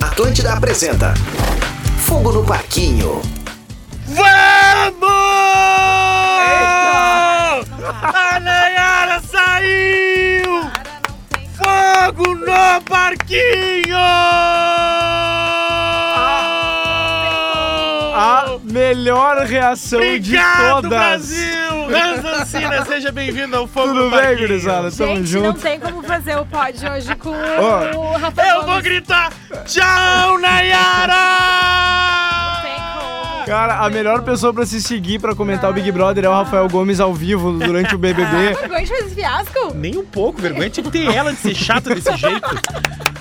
Atlântida apresenta Fogo no Parquinho. Vamos! A Nayara saiu! Fogo no parquinho! A melhor reação Ah, Obrigado, de Ah, todas. Brasil! Ranzancina, seja bem-vindo ao Fogo Tudo no bem, Parquinho. gurizada? Tamo Gente, não junto. tem como fazer o pod hoje com Ó. o Rafa Eu vou Gomes. gritar tchau, tem Nayara! como. Cara, a melhor pessoa pra se seguir pra comentar o Big Brother é o Rafael Gomes ao vivo durante o BBB. Rafa Gomes fez esse fiasco? Nem um pouco, vergonha tinha que ter ela de ser chata desse jeito.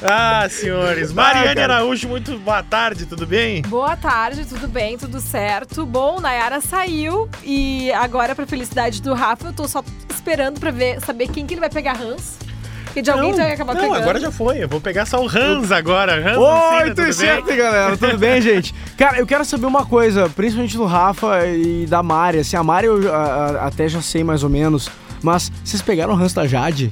Ah, senhores. Ah, Mariane cara. Araújo, muito boa tarde, tudo bem? Boa tarde, tudo bem, tudo certo. Bom, Nayara saiu e agora, pra felicidade do Rafa, eu tô só esperando pra ver, saber quem que ele vai pegar ranço. Porque de alguém tu vai acabar não pegando. agora já foi. Eu vou pegar só o Hans agora. Hans Ancina, Oito tudo e bem? sete, galera. Tudo bem, gente? Cara, eu quero saber uma coisa, principalmente do Rafa e da Mari. Assim, a Mari eu a- a- até já sei mais ou menos. Mas vocês pegaram o ranço da Jade?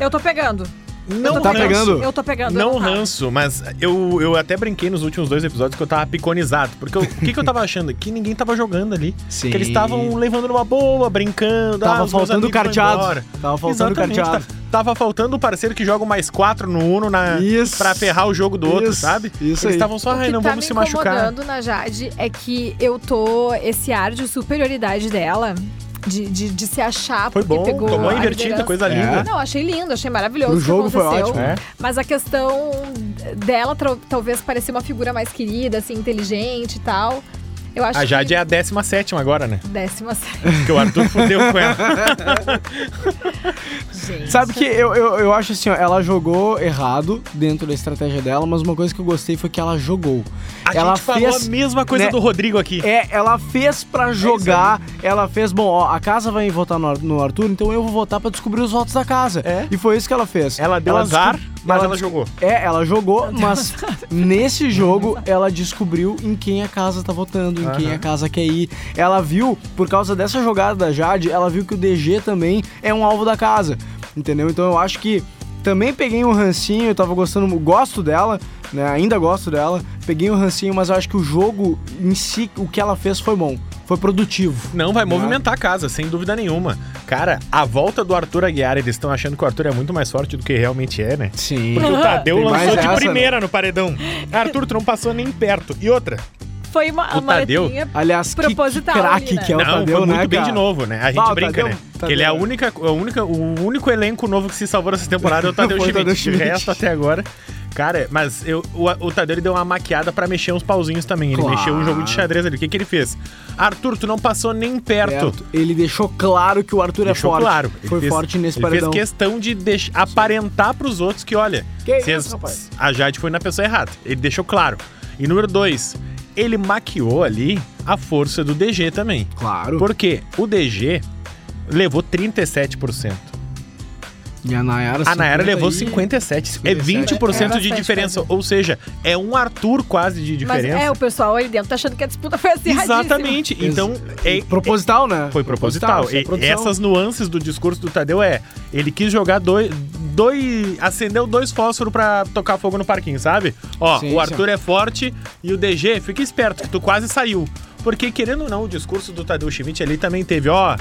Eu tô pegando. Não eu tô tá ranço. pegando? Eu tô pegando. Tá. Não eu tava. ranço, mas eu, eu até brinquei nos últimos dois episódios que eu tava piconizado. Porque eu- o que, que eu tava achando? Que ninguém tava jogando ali. Sim. Que eles estavam levando numa boa, brincando. Tava ah, os meus faltando amigos foram carteado. embora. Tava faltando Exatamente, carteado. tá- Tava faltando o parceiro que joga o mais quatro no Uno na, Isso. pra ferrar o jogo do outro, Isso. sabe? Isso eles aí. estavam só, O ai, que não tá vamos me se machucar. incomodando na Jade é que eu tô. Esse ar de superioridade dela, de, de, de se achar Foi porque bom, pegou. tomou a invertida, liderança. coisa É. linda. Não, achei lindo, achei maravilhoso. Pro o jogo Então, que foi aconteceu. ótimo, é. Mas a questão dela tra- talvez parecer uma figura mais querida, assim, inteligente e tal. Eu acho A Jade que... é a 17 agora, né? Décima série. Porque o Arthur fudeu com ela. Gente. Sabe que eu, eu, eu acho assim, ó, ela jogou errado dentro da estratégia dela, mas uma coisa que eu gostei foi que ela jogou. A ela gente falou a mesma é. coisa né? do Rodrigo aqui. É, ela fez pra jogar, ela fez, bom, ó, a casa vai votar no, Ar- no Arthur, então eu vou votar pra descobrir os votos da casa. É. E foi isso que ela fez. Ela deu desco- azar, mas ela des- jogou. É, ela jogou, mas nesse jogo ela descobriu em quem a casa tá votando, em quem a casa quer ir. Ela viu, por causa dessa jogada da Jade, ela viu que o DG também é um alvo da casa. Entendeu? Então eu acho que também peguei um rancinho, eu tava gostando, gosto dela, né? Ainda gosto dela. Peguei um rancinho, mas eu acho que o jogo em si, o que ela fez foi bom. Foi produtivo. Não, vai Não. movimentar a casa, sem dúvida nenhuma. Cara, a volta do Arthur Aguiar, eles estão achando que o Arthur é muito mais forte do que realmente é, né? Sim. Porque o Tadeu Tem mais lançou de essa, né? primeira no paredão. Arthur, tu não passou nem perto. E outra? Foi uma, O uma Tadeu- letrinha Aliás, que, que Proposital ali, craque né? que é o não, Tadeu, foi né, muito bem cara? de novo, né? A gente Ah, o brinca, Tadeu- né? Tadeu- Que ele é a única, a única, o único elenco novo que se salvou nessa temporada é o Tadeu Foi o Schmidt. Tadeu De Schmidt. resto, até agora... Cara, mas eu, o, o Tadeu ele deu uma maquiada pra mexer uns pauzinhos também. Ele Claro. mexeu um jogo de xadrez ali. O que, que ele fez? Arthur, tu não passou nem perto. Certo. Ele deixou claro que o Arthur Deixou é forte. claro. Ele Foi fez- forte nesse ele paredão. fez questão de deix- aparentar pros outros que, olha, Que se isso, as- rapaz? a Jade foi na pessoa errada. Ele deixou claro. E número dois, ele maquiou ali a força do DG também. Claro. Porque o DG levou 37%. E a Nayara A Nayara levou 50. 57%. É 57. 20% de É bastante diferença. Ou seja, é um Arthur quase de Mas diferença. é, o pessoal ali dentro tá achando que a disputa foi acirradíssima. Exatamente. Então, é, Proposital, né? Foi proposital. isso é E- produção. essas nuances do discurso do Tadeu é. Ele quis jogar dois. dois acendeu dois fósforos pra tocar fogo no parquinho, sabe? Ó, Sim, o Arthur é forte e o DG, fica esperto, que tu quase saiu. Porque, querendo ou não, o discurso do Tadeu Schmidt ali também teve, ó.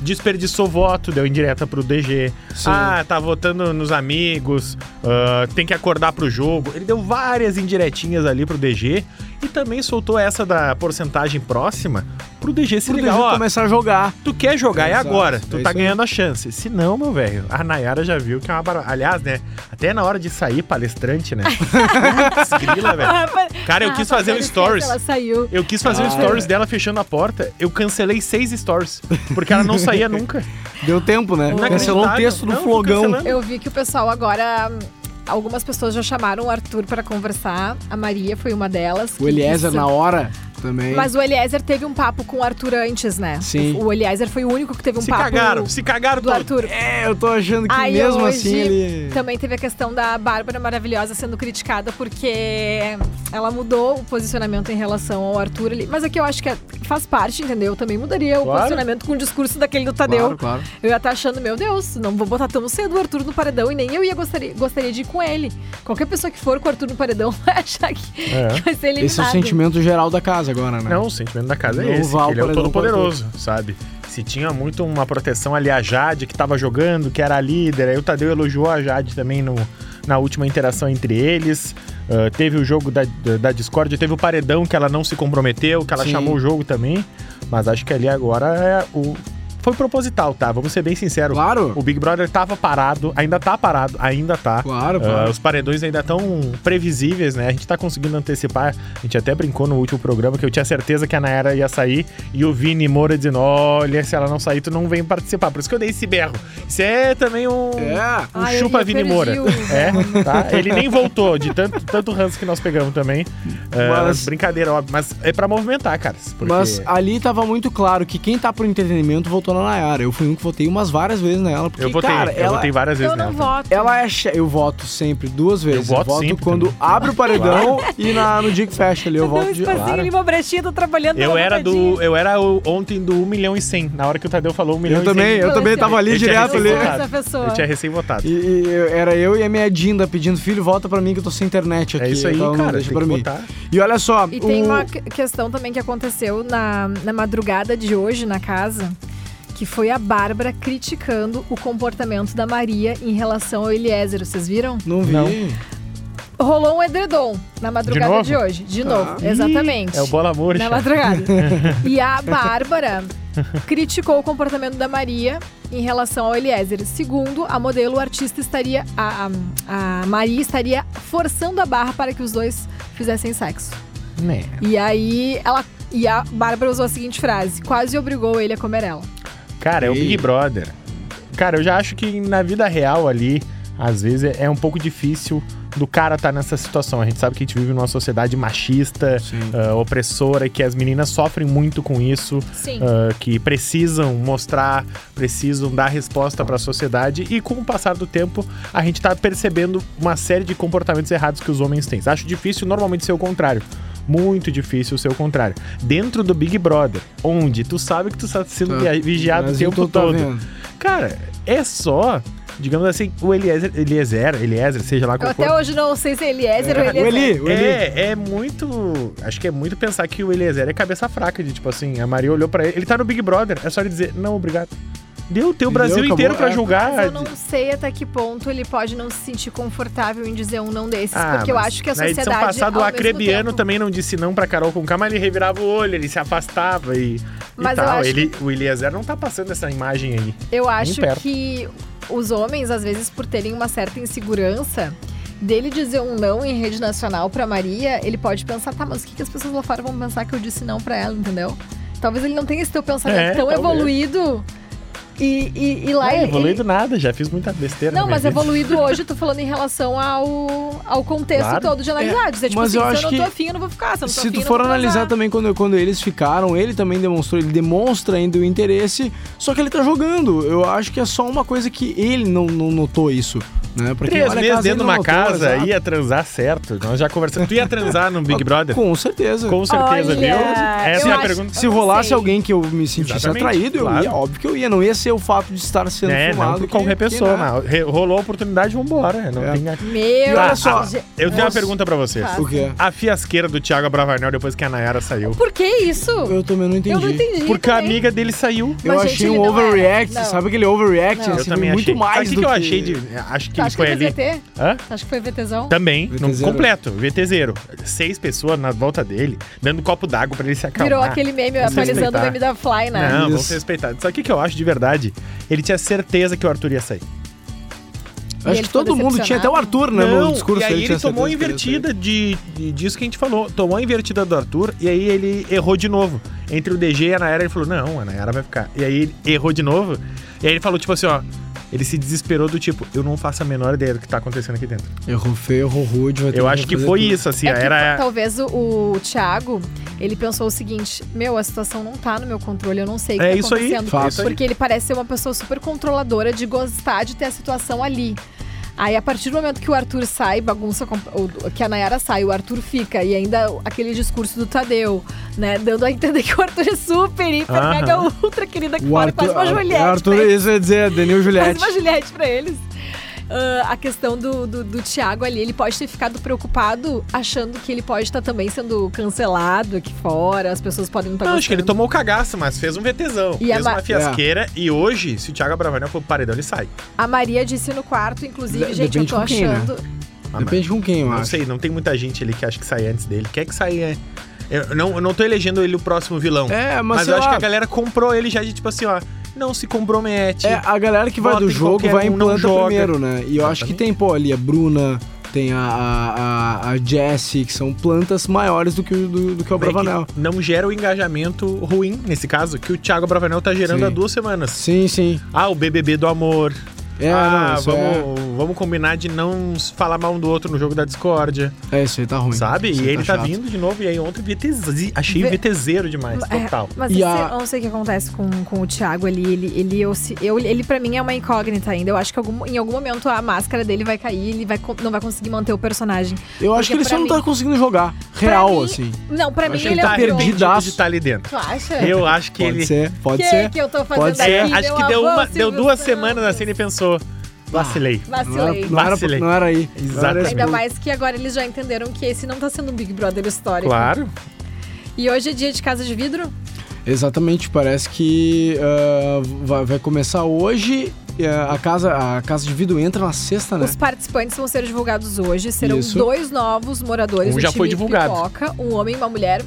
Desperdiçou voto, deu indireta pro DG. Sim. Ah, tá votando nos amigos, ah, tem que acordar pro jogo. Ele deu várias indiretinhas ali pro DG e também soltou essa da porcentagem próxima pro DG se Pro ligar. DG ó, começar a jogar. Tu quer jogar, é Exato, agora. é Tu isso tá aí. ganhando a chance. Se não, meu velho, a Nayara já viu que é uma barba... Aliás, né? Até na hora de sair palestrante, né? Putz, grila, velho. Cara, eu ah, quis fazer um mas stories. tá Ela saiu. Eu quis fazer Ah, um stories dela fechando a porta. Eu cancelei seis stories. Porque ela não saía nunca. Deu tempo, né? Inacreditável. Cancelou o texto do Não, tô flogão. cancelando. Eu vi que o pessoal agora. hum, Algumas pessoas já chamaram o Arthur pra conversar. A Maria foi uma delas. O Eliezer Isso. na hora também. Mas o Eliezer teve um papo com o Arthur antes, né? Sim. O Eliezer foi o único que teve um se papo cagaram, se cagaram do todo. Arthur. É, eu tô achando que Aí mesmo hoje assim ele. também teve a questão da Bárbara Maravilhosa sendo criticada porque ela mudou o posicionamento em relação ao Arthur ali. Mas aqui eu acho que é, faz parte, entendeu? Eu também mudaria o Claro. posicionamento com o discurso daquele do Tadeu. Claro, claro. Eu ia estar achando, meu Deus, não vou botar tão cedo o Arthur no paredão e nem eu ia gostaria, gostaria de ir com ele. Qualquer pessoa que for com o Arthur no paredão vai achar que, É. que vai ser eliminado. Esse é o sentimento geral da casa agora, né? Não, o sentimento da casa Não é esse. vá ao que ele é o paredão todo com o Arthur. poderoso, sabe? Se tinha muito uma proteção ali a Jade, que tava jogando, que era a líder, aí o Tadeu elogiou a Jade também no, na última interação entre eles. Ah, teve o jogo da, da, da Discord, teve o paredão que ela não se comprometeu, que ela Sim. chamou o jogo também. Mas acho que ali agora é o. Foi proposital, tá? Vamos ser bem sinceros. Claro, O Big Brother tava parado, ainda tá parado, ainda tá. claro, Ah, claro. os paredões ainda tão previsíveis, né? A gente tá conseguindo antecipar. A gente até brincou no último programa que eu tinha certeza que a Nayara ia sair e o Vini Moura dizendo: olha, se ela não sair, tu não vem participar. Por isso que eu dei esse berro. Isso é também um. É. um Ai, Ah, eu- chupa eu Vini perdi Moura. o- É, tá? Ele nem voltou de tanto, tanto ranço que nós pegamos também. Ah, Mas- Brincadeira, óbvio. Mas é pra movimentar, cara. Porque... Mas ali tava muito claro que quem tá pro entretenimento votou na Nayara. Eu fui um que votei umas várias vezes nela, porque, eu votei, cara, eu ela, votei várias vezes Eu não nela. voto. ela é che... Eu voto sempre, duas vezes. voto sempre quando também. abre o paredão e na, no dia que fecha ali, eu Deu um voto de... espacinho Claro. ali, uma brechinha, tô trabalhando. Eu pela era vontadinha. do. Eu era o- ontem do 1 milhão e 100. Na hora que o Tadeu falou 1 milhão Eu e 100. também, eu também tava ali Eu tinha é direto ali. Eu sou recém-votado. essa pessoa. Eu tinha recém-votado. E, e eu- era eu e a minha Dinda pedindo, filho, volta pra mim que eu tô sem internet aqui. É isso aí, então não cara. deixa Tem pra que mim. botar. E olha só, E o- tem uma que- questão também que aconteceu na, na madrugada de hoje na casa, que foi a Bárbara criticando o comportamento da Maria em relação ao Eliezer. Vocês viram? Não vi. Não. Rolou um edredom na madrugada novo? de, hoje. De Tá. novo, exatamente. É o bola murcha. na madrugada. e a Bárbara criticou o comportamento da Maria em relação ao Eliezer. Segundo a modelo, o artista estaria. A, a, a Maria estaria forçando a barra para que os dois fizessem sexo. Né? E aí ela. E a Bárbara usou a seguinte frase: quase obrigou ele a comer ela. Cara, é o Ei. Big Brother. Cara, eu já acho que na vida real ali, às vezes é um pouco difícil do cara estar nessa situação. A gente sabe que a gente vive numa sociedade machista, Sim. ah, opressora, que as meninas sofrem muito com isso. Sim. ah, que precisam mostrar, precisam dar resposta para a sociedade e com o passar do tempo a gente tá percebendo uma série de comportamentos errados que os homens têm. Acho difícil normalmente ser o contrário. Muito difícil ser o contrário. Dentro do Big Brother, onde tu sabe que tu tá sendo Tá. via- vigiado o Brasil, tempo tô- tô todo. tá vendo. Cara, é só, digamos assim, o Eliezer, Eliezer, Eliezer seja lá Eu qual for. até hoje não sei se é Eliezer ou O Eliezer. Eli, o Eli. É, é muito. Acho que é muito pensar que o Eliezer é cabeça fraca, de tipo assim, a Maria olhou pra ele. Ele tá no Big Brother, é só ele dizer, não, obrigado. Deu o teu Deu, Brasil acabou, inteiro pra é. Mas julgar. eu não sei até que ponto ele pode não se sentir confortável em dizer um não desses, Ah, porque eu mas acho que a na sociedade. edição passada, o ao mesmo Acrebiano tempo- também não disse não pra Carol Conká, mas ele revirava o olho, ele se afastava e, e Mas eu tal. acho Ele, tá, O Eliezer não tá passando essa imagem aí. Eu acho perto. que os homens, às vezes, por terem uma certa insegurança. Dele dizer um não em rede nacional pra Maria, ele pode pensar, tá, mas o que, que as pessoas lá fora vão pensar que eu disse não pra ela, entendeu? Talvez ele não tenha esse teu pensamento É, tão talvez. evoluído e, e, e lá não ele- evoluído ele, nada, já fiz muita besteira. Não, na minha mas vida. evoluído hoje, eu tô falando em relação ao, ao contexto Claro. todo de analisar. Dizer, tipo É, mas assim, eu se acho eu não que tô afim, eu não vou ficar. Se, eu não tô Se afim, tu eu for não vou analisar transar. também quando, quando eles ficaram, ele também demonstrou, ele demonstra ainda o interesse, só que ele tá jogando. Eu acho que é só uma coisa que ele não, não notou isso, né? Porque, Três olha, a meses dentro casa de ele não uma notou, casa, é exato. ia transar certo. Nós já conversamos. Tu ia transar no Big Brother? Com certeza. Com certeza, Olha, viu? Essa eu é a acho- pergunta. Se Eu não rolasse sei. alguém que eu me sentisse Exatamente, atraído, eu claro. ia, óbvio que eu ia. Não ia ser o fato de estar sendo É, filmado. não por que- qualquer que pessoa. nada. não. Re- Rolou a oportunidade, vambora. né? Não É. tem Tá, a- Meu E olha só, Deus. Eu tenho uma Nossa. pergunta pra vocês. Fala. O quê? A fiasqueira do Thiago Abravanel depois que a Nayara saiu. Por que isso? Eu também não entendi. Eu não entendi. Porque a também. amiga dele saiu. Eu Mas, gente, achei ele um não era. overreact, Não. sabe aquele overreact? Não. Ele eu se também viu muito achei. mais Sabe o que, do eu achei de. Acho que Tu ele acha que foi foi ali. VT? Hã? Acho que foi VTzão. Também, VT no zero. completo, VT zero. Seis pessoas na volta dele, dando copo d'água pra ele se acalmar. Virou aquele meme, Vamos atualizando o respeitar. meme da Fly, né? Não, vamos Isso. ser respeitados. Sabe o que que eu acho de verdade? Ele tinha certeza que o Arthur ia sair. E Acho ele que ficou todo mundo tinha, até o decepcionado. Arthur, né, no discurso. e aí ele, tinha tomou a certeza né? que ele ia sair. invertida de, de- disso que a gente falou. Tomou a invertida do Arthur e aí ele errou de novo. Entre o DG e a Nayara, ele falou, não, a Nayara vai ficar. E aí ele errou de novo. E aí ele falou, tipo assim, ó... Ele se desesperou do tipo, eu não faço a menor ideia do que tá acontecendo aqui dentro. Errou feio, errou rude. Vai ter Eu acho que refazer foi tudo. isso, assim, É que era... Talvez o, o Thiago, ele pensou o seguinte: Meu, a situação não tá no meu controle, eu não sei o que É tá isso aí, acontecendo. fato. Porque ele parece ser uma pessoa super controladora de gostar de ter a situação ali. Aí, a partir do momento que o Arthur sai, bagunça com- ou que a Nayara sai, o Arthur fica. E ainda aquele discurso do Tadeu, né? Dando a entender que o Arthur é super, hiper, Aham. mega, ultra querida, que fala quase uma Juliette. o Arthur, é pra ele. isso eu ia dizer, Denil Faz Juliette. uma Juliette pra eles. Ah, a questão do, do, do Thiago ali, ele pode ter ficado preocupado achando que ele pode estar também sendo cancelado aqui fora, as pessoas podem não estar Não, acho que ele gostando. tomou cagaço, mas fez um VTzão. né? E a fez Ma- uma É. fiasqueira e hoje, se o Thiago Abravanel for pro paredão, ele sai. A Maria disse no quarto, inclusive, De- gente, eu depende tô com quem, né? achando. Ah, mas Depende com quem, eu Não acho. sei, não tem muita gente ali que acha que sai antes dele. Quer que saia. Eu não, eu não tô elegendo ele o próximo vilão. É, mas, mas sei eu acho lá, que a galera comprou ele já de tipo assim, ó. Não se compromete. né, É, a galera que vai Bota do em jogo qualquer vai um, em não planta joga. primeiro, né? E eu acho que tem, pô, ali a Bruna, tem a, a, a, a Jessie, que são plantas maiores do que, o- do, do que o Daí que Bravanel. não gera o engajamento ruim, nesse caso, que o Thiago Bravanel tá gerando Sim. há duas semanas. Sim, sim. Ah, o BBB do amor. É, ah, não, isso é. vamos, vamos combinar de não falar mal um do outro no jogo da discórdia, É... é, isso aí tá ruim. sabe? Isso E aí ele tá, chato. vindo de novo, e aí ontem VTZ, achei Vê- VTZero demais, É, total. Mas E esse- a- eu não sei o que acontece com, com o Thiago ali. Ele, ele, eu, se- eu- ele pra mim é uma incógnita ainda. Eu acho que algum- em algum momento a máscara dele vai cair, ele vai, co- não vai conseguir manter o personagem. Eu acho que Porque ele só pra não tá conseguindo jogar. Pra Real, mim- assim. Não, pra Eu mim acho que ele ele é tá um vilão. arrependido de estar ali dentro. Tu acha? Eu acho que Pode ele. ser, pode que ser. que eu tô fazendo Pode ser. É, aqui? acho Meu que deu avô, uma, deu Silvio duas Santos. semanas assim ele pensou, vacilei. Não é Vacilei. era, não, era, Vacilei. não era aí. Exatamente. Ainda mais que agora eles já entenderam que esse não tá sendo um Big Brother histórico. Claro. E hoje é dia de casa de vidro? Exatamente, parece que ah, vai, vai começar hoje. e, ah, a, casa, a casa de vidro entra na É, sexta, né? Os participantes vão ser divulgados hoje. Serão Isso. dois novos moradores Um do já time foi divulgado. Pipoca, um homem e uma mulher.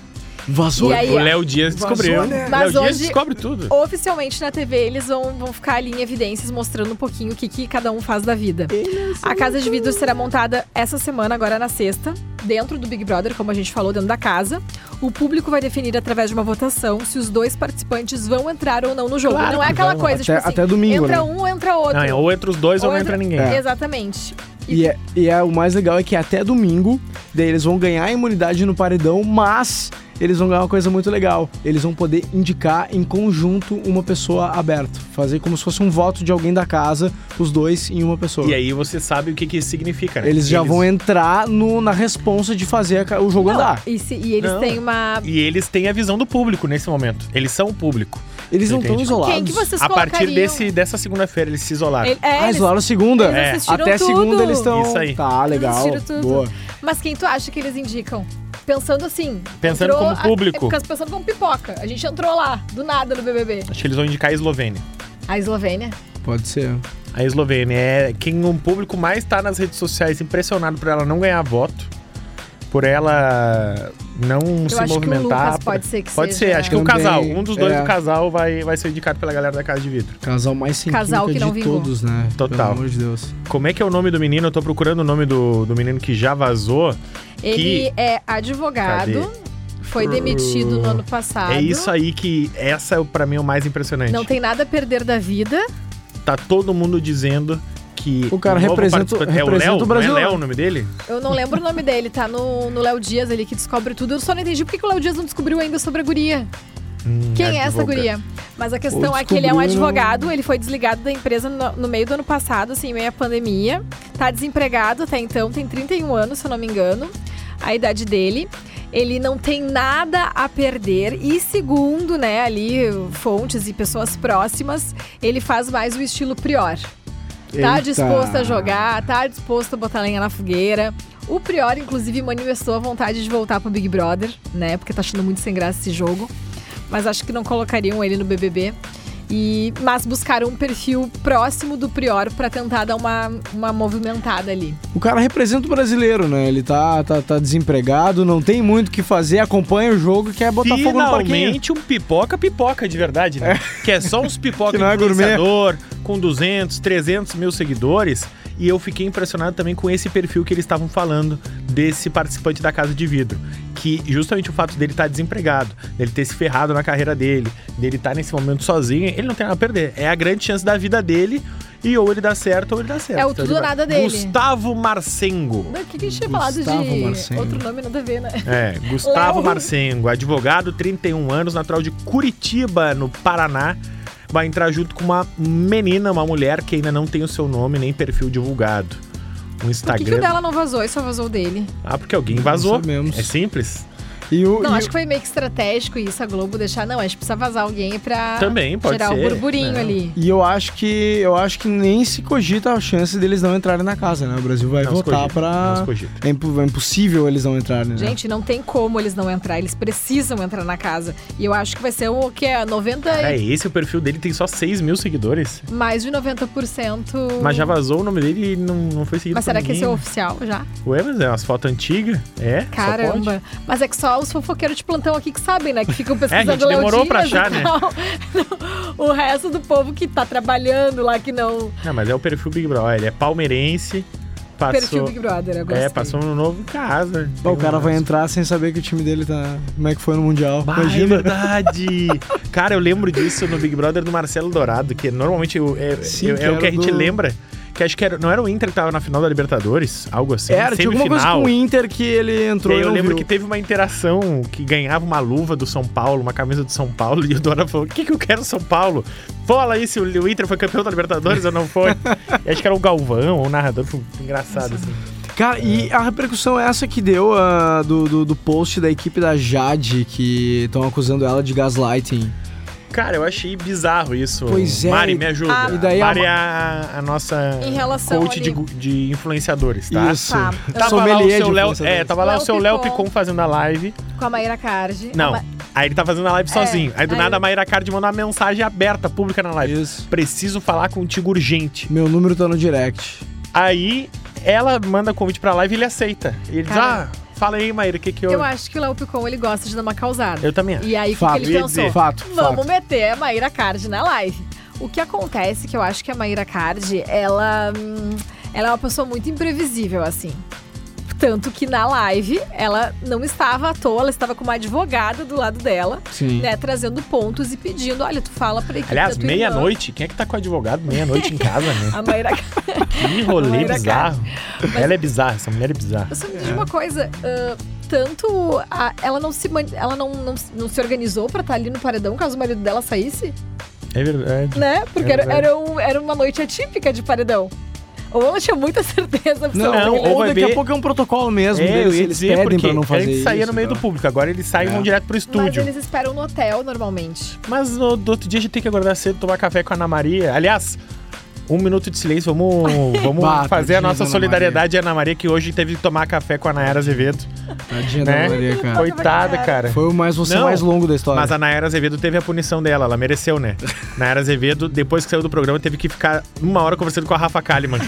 Vazou. E aí, tipo O Léo Dias Vazou, descobriu. né? Mas Léo Dias hoje- descobre tudo. Oficialmente na TV eles vão, vão ficar ali em evidências mostrando um pouquinho o que, que cada um faz da vida. é A casa de vidro será montada essa semana, agora na sexta, dentro do Big Brother, como a gente falou, dentro da casa. O público vai definir através de uma votação se os dois participantes vão entrar ou não no jogo. Claro não é que aquela vão. coisa, tipo Até- assim, até domingo, entra né? É. um ou entra outro. Não, é, ou entra os dois ou, Ou não entra entra- ninguém. Exatamente. E é, e é o mais legal é que até domingo, daí eles vão ganhar a imunidade no paredão, mas eles vão ganhar uma coisa muito legal. Eles vão poder indicar em conjunto uma pessoa aberta. Fazer como se fosse um voto de alguém da casa, os dois em uma É. pessoa. E aí você sabe o que, que isso significa, né? Eles já vão entrar no- na responsa de fazer a ca- o jogo andar. E, se- e eles Não. têm uma. E eles têm a visão do público nesse momento. Eles são o público. Eles não estão Entendi. isolados. Quem que vocês a partir colocariam? desse, dessa segunda-feira, eles se isolaram. Ele- é, Ah, eles- isolaram segunda. eles É. assistiram Até tudo. segunda eles estão. Isso aí. Tá, legal. assistiram tudo. Boa. Mas quem tu acha que eles indicam? Pensando assim. Pensando entrou como público. A, é porque- pensando como pipoca. A gente entrou lá, do nada, no BBB. Acho que eles vão indicar a Eslovênia. A Eslovênia. Pode ser. A Eslovênia é quem um público mais tá nas redes sociais impressionado por ela não ganhar voto, por ela não se Eu acho que o movimentar. Lucas pode ser né? que Pode seja. ser, acho que o Também, casal, um dos dois é. do casal vai, vai ser indicado pela galera da Casa de Vidro. Casal mais sem Casal química que não de vingou. todos, né? Total. Pelo amor de Deus. Como é que é o nome do menino? Eu tô procurando o nome do, do menino que já vazou. Ele é advogado, foi demitido no ano passado. É isso aí que essa é o- pra mim é o mais impressionante. Ah, Não tem nada a perder da vida. Tá todo mundo dizendo que O cara novo representa- participante- é o representa Léo, o Brasil. Não é Léo o nome dele? Eu não lembro o nome dele, tá no no Léo Dias ali que descobre tudo. Eu só não entendi por que que o Léo Dias não descobriu ainda sobre a guria. Hum, Quem é essa advoga. guria? Mas a questão Ou é que ele é um descobriram- advogado, ele foi desligado da empresa no, no meio do ano passado, assim, em meio à pandemia. Tá desempregado até então, tem 31 anos, se eu não me engano, a idade dele. Ele não tem nada a perder. E segundo, né, ali, fontes e pessoas próximas, ele faz mais o estilo prior. Tá Eita. disposto a jogar, tá disposto a botar lenha na fogueira. O Prior, inclusive, manifestou a vontade de voltar pro Big Brother, né? Porque tá achando muito sem graça esse jogo. Mas acho que não colocariam ele no BBB. E, mas buscaram um perfil próximo do Prior pra tentar dar uma, uma movimentada ali. O cara representa o brasileiro, né? Ele tá, tá, tá desempregado, não tem muito o que fazer, acompanha o jogo e quer botar fogo no parquinho. Finalmente um pipoca pipoca de verdade, né? Que é só uns pipoca Que não é gourmet. influenciador, com 200, 300 mil seguidores. E eu fiquei impressionado também com esse perfil que eles estavam falando desse participante da Casa de Vidro. Que justamente o fato dele estar desempregado, dele ter se ferrado na carreira dele, dele estar nesse momento sozinho, ele não tem nada a perder. É a grande chance da vida dele. E ou ele dá certo ou ele dá certo. É o tudo ele ou vai- nada dele. Gustavo Marcengo. Mas o que que a gente tinha falado Gustavo de Marcelo. outro nome nada a ver, né? É, Gustavo Léo. Marcengo, advogado, 31 anos, natural de Curitiba, no Paraná. Vai entrar junto com uma menina, uma mulher que ainda não tem o seu nome nem perfil divulgado. um Por que, que o Instagram. dela não vazou e só vazou o dele? Ah, porque alguém vazou. sabemos. É simples. E o, Não, e acho que foi meio que estratégico isso, a Globo deixar. Não, a gente precisa vazar alguém pra Também, pode Ah, tirar o ser. né? burburinho Não. ali. E eu acho que eu acho que nem se cogita a chance deles não entrarem na casa, né? O Brasil vai Não se votar cogita, não pra. se cogita. É, impo- é impossível eles não entrarem, né? Gente, não tem como eles não entrar, eles precisam entrar na casa. E eu acho que vai ser o que é 90 Cara, e esse o perfil dele tem só 6 mil seguidores. mais de 90%. Mas já vazou o nome dele e não, não foi seguido Uhum. Mas por será que esse é o ninguém. oficial já? Ué, mas é umas fotos antigas. É, só pode. Caramba. Mas é que só os fofoqueiros de plantão aqui que sabem, né? Que ficam pesquisando É, a gente demorou Laudinhas pra achar, e né? tal. o resto do povo que tá trabalhando lá, que não. Não, mas é o perfil Big Brother. Ó, Ele é palmeirense, passou... Perfil Big Brother, eu gostei. É, passou no novo em casa. Pô, o cara vai entrar sem saber que o time dele tá. Como é que foi no Mundial. Bah, é Imagina. verdade! Cara, eu lembro disso no Big Brother do Marcelo Dourado, que normalmente eu- é, Sim, eu- é que o que a era gente do- lembra. Que acho que era- não era o Inter que tava na final da Libertadores? Algo assim. Era, tinha alguma coisa com semifinal. o Inter que ele E entrou aí e eu não lembro que viu. teve uma interação que ganhava uma luva do São Paulo, uma camisa do São Paulo, e o Dora falou: o que, que eu quero São Paulo? Fala aí se o o Inter foi campeão da Libertadores ou não foi. e acho que era o Galvão, ou o narrador, foi engraçado, assim. Cara, e a repercussão é essa que deu ah, do, do, do post da equipe da Jade, que estão acusando ela de gaslighting. Cara, eu achei bizarro isso. Pois é, Mari, me ajuda. Ah, e daí a Mari é a, a nossa Em relação um coach ali- de, gu- de influenciadores, tá? Isso. Tá. Tava lá o Sommelier seu de Léo, influenciadores. é, tava lá Léo o seu Léo Picon. Picon fazendo a live. Com a Maíra Cardi. Não. A Ma- Aí ele tá fazendo a live sozinho. Aí do É, aí- nada a Mayra Card mandou uma mensagem aberta, pública na live. Isso. Preciso falar contigo urgente. Meu número tá no direct. Aí ela manda convite pra live e ele aceita. E ele diz: Cara. Ah, fala aí, Maíra, o que que eu. Eu acho que o Léo Picon ele gosta de dar uma causada. Eu também acho. E aí, o que que Fato. ele pensou? Fato, Vamos fato. meter a Maíra Cardi na live. O que acontece é que eu acho que a Maíra Cardi, ela, hum, ela é uma pessoa muito imprevisível, assim. Tanto que na live ela não estava à toa, ela estava com uma advogada do lado dela, Sim. né? Trazendo pontos e pedindo: olha, tu fala pra equipe. Aliás, da tua irmã." meia-noite, quem é que tá com o advogado meia-noite em casa, né? A Maíra Que rolê Mayra bizarro. Ela é bizarra, essa mulher é bizarra. Eu só me diz uma coisa. ah, tanto a- ela não se man- ela não, não, se- não se organizou pra estar ali no paredão caso o marido dela saísse, É verdade. né? Porque É era, verdade. era, um- era uma noite atípica de paredão. Ou ela tinha muita certeza Não, absoluta que ou ou vai daqui ver- a pouco é um protocolo mesmo É, eu deles, ia eles dizer pedem porque pra não fazer antes isso. saía no meio tá? do público, agora eles saem e É. vão direto pro Mas estúdio. eles esperam no hotel normalmente. Mas no, do outro dia a gente tem que acordar cedo, tomar café com a Ana Maria. Aliás, um minuto de silêncio, vamos, vamos Bah, fazer a tadinha da nossa Ana solidariedade à Ana Maria, que hoje teve que tomar café com a Nayara Azevedo. Tadinha Né? da Maria, cara. Foi- Coitada, cara. Foi o mais você Não, mais longo da história. Mas a Nayara Azevedo teve a punição dela, ela mereceu, né? Nayara Azevedo, depois que saiu do programa, teve que ficar uma hora conversando com a Rafa Kalimann.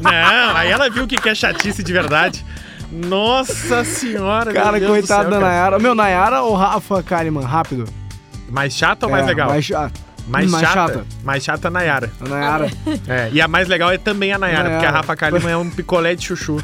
Não, aí ela viu o que que é chatice de verdade. Nossa senhora, meu Cara, Deus do coitada céu, da cara. Nayara. Meu, Nayara ou Rafa Kalimann? Rápido. Mais chata ou mais É, legal? Mais, ah, Mais, mais chata. chata. Mais chata a Nayara. a Nayara. É, e a mais legal é também a Nayara, Nayara. porque a Rafa Kalimann é um picolé de chuchu.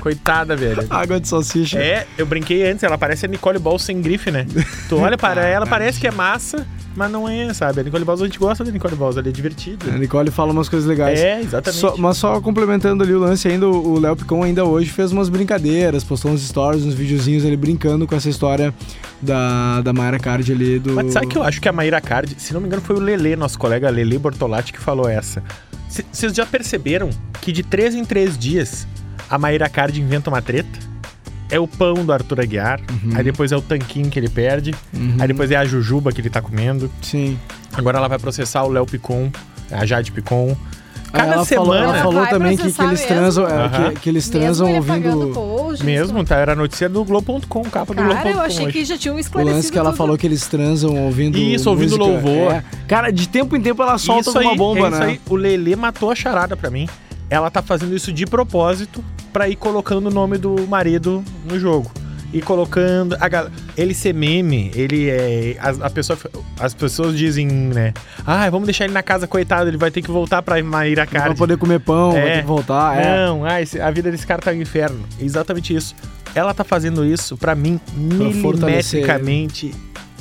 Coitada, velho. Água de salsicha. É, eu brinquei antes, ela parece a Nicole Ball sem grife, né? Tu olha Ah, para ela, parece que é massa, mas não é, sabe? A Nicole Balls, a gente gosta da Nicole Balls, ela é A divertida. Nicole fala umas coisas legais. É, exatamente. Só- mas só complementando ali o lance ainda, o o Léo Picon ainda hoje fez umas brincadeiras, postou uns stories, uns videozinhos ele brincando com essa história da, da Mayra Card ali do... Mas sabe que eu acho que a Maíra Card, se não me engano, foi o Lele, nosso colega Lele Bortolatti, que falou essa. C- Vocês já perceberam que de três em três dias a Maíra Card inventa uma treta? É o pão do Arthur Aguiar, aí depois é o tanquinho que ele perde, Uhum. aí depois é a jujuba que ele tá comendo. Sim. Agora ela vai processar o Léo Picon, a Jade Picon. Cada ela Falou, semana. ela falou Vai também que, que processar eles mesmo? transam, é, Aham. que, que eles Mesmo transam ele apagando ouvindo... post, Mesmo, tá? Era a notícia do Globo.com, capa do Globo.com. Cara, eu achei hoje. que já tinham O esclarecido lance que ela tudo. falou que eles transam ouvindo. Isso, ouvindo música. louvor. É. Cara, de tempo em tempo ela solta isso alguma aí, bomba, é isso né? aí. O Lele matou a charada pra mim. Ela tá fazendo isso de propósito pra ir colocando o nome do marido no jogo. E colocando. A gal... Ele ser meme, ele é. As, a pessoa, as pessoas dizem, né? Ah, vamos deixar ele na casa, coitado, ele vai ter que voltar pra Maíra Pra Card. poder comer pão, vai É. ter que voltar. É. Não, ah, esse- a vida desse cara tá no inferno. Exatamente isso. Ela tá fazendo isso, pra mim, fortalecer milimetricamente,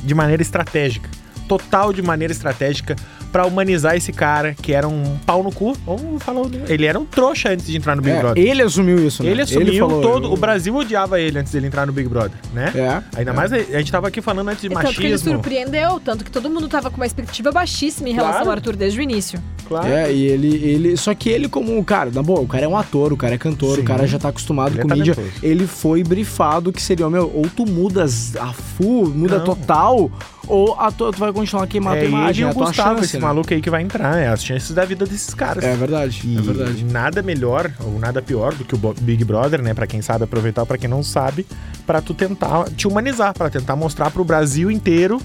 de maneira estratégica. total de maneira estratégica pra humanizar esse cara, que era um pau no cu. Vamos falar, o nome. ele era um trouxa antes de entrar no Big É, Brother. ele assumiu isso, né? Ele assumiu falou, todo. eu- O Brasil odiava ele antes dele entrar no Big Brother, né? É. Ainda mais a a gente tava aqui falando antes de E Tanto que ele machismo. surpreendeu, tanto que todo mundo tava com uma expectativa baixíssima em Claro. relação ao Arthur desde o início. Claro. É, e ele, ele. Só que ele, como o cara, na boa, o cara é um ator, o cara é cantor, Sim. o cara já tá acostumado Ele é com mídia. talentoso. Ele foi brifado que seria, ó, meu, ou tu mudas a full, muda Não. total, ou a tua, tu vai continuar queimando a É tua ele imagem, e é o a tua Gustavo, chance, esse né? maluco aí que vai entrar, né? As chances da vida desses caras. É verdade, E é verdade. nada melhor ou nada pior do que o Bo- Big Brother, né? Pra quem sabe aproveitar, pra quem não sabe, pra tu tentar te humanizar, pra tentar mostrar pro Brasil inteiro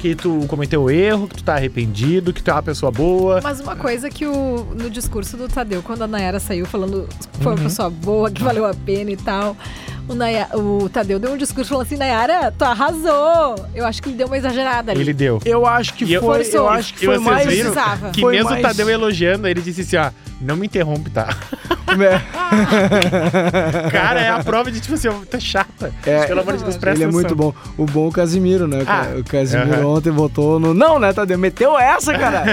que tu cometeu erro, que tu tá arrependido, que tu é uma pessoa boa. Mas uma coisa que o, no discurso do Tadeu, quando a Nayara saiu falando foi Uhum. uma pessoa boa, que valeu a pena e tal, o, Naya- o Tadeu deu um discurso falando assim, Nayara, tu arrasou! Eu acho que ele deu uma exagerada ali. Ele deu. Eu acho que E eu- foi. Forçou. Eu acho que E foi vocês mais. viram? Precisava. Que Foi mesmo mais- o Tadeu elogiando, ele disse assim, ó, não me interrompe, tá? É. Cara, é a prova de, tipo assim, ó, tá chata. É, Pelo amor de Deus, presta Ele é muito bom. O bom é o Casimiro, né? Ah, o Casimiro aham. ontem votou no. Não, né, Tadeu? Meteu essa, cara!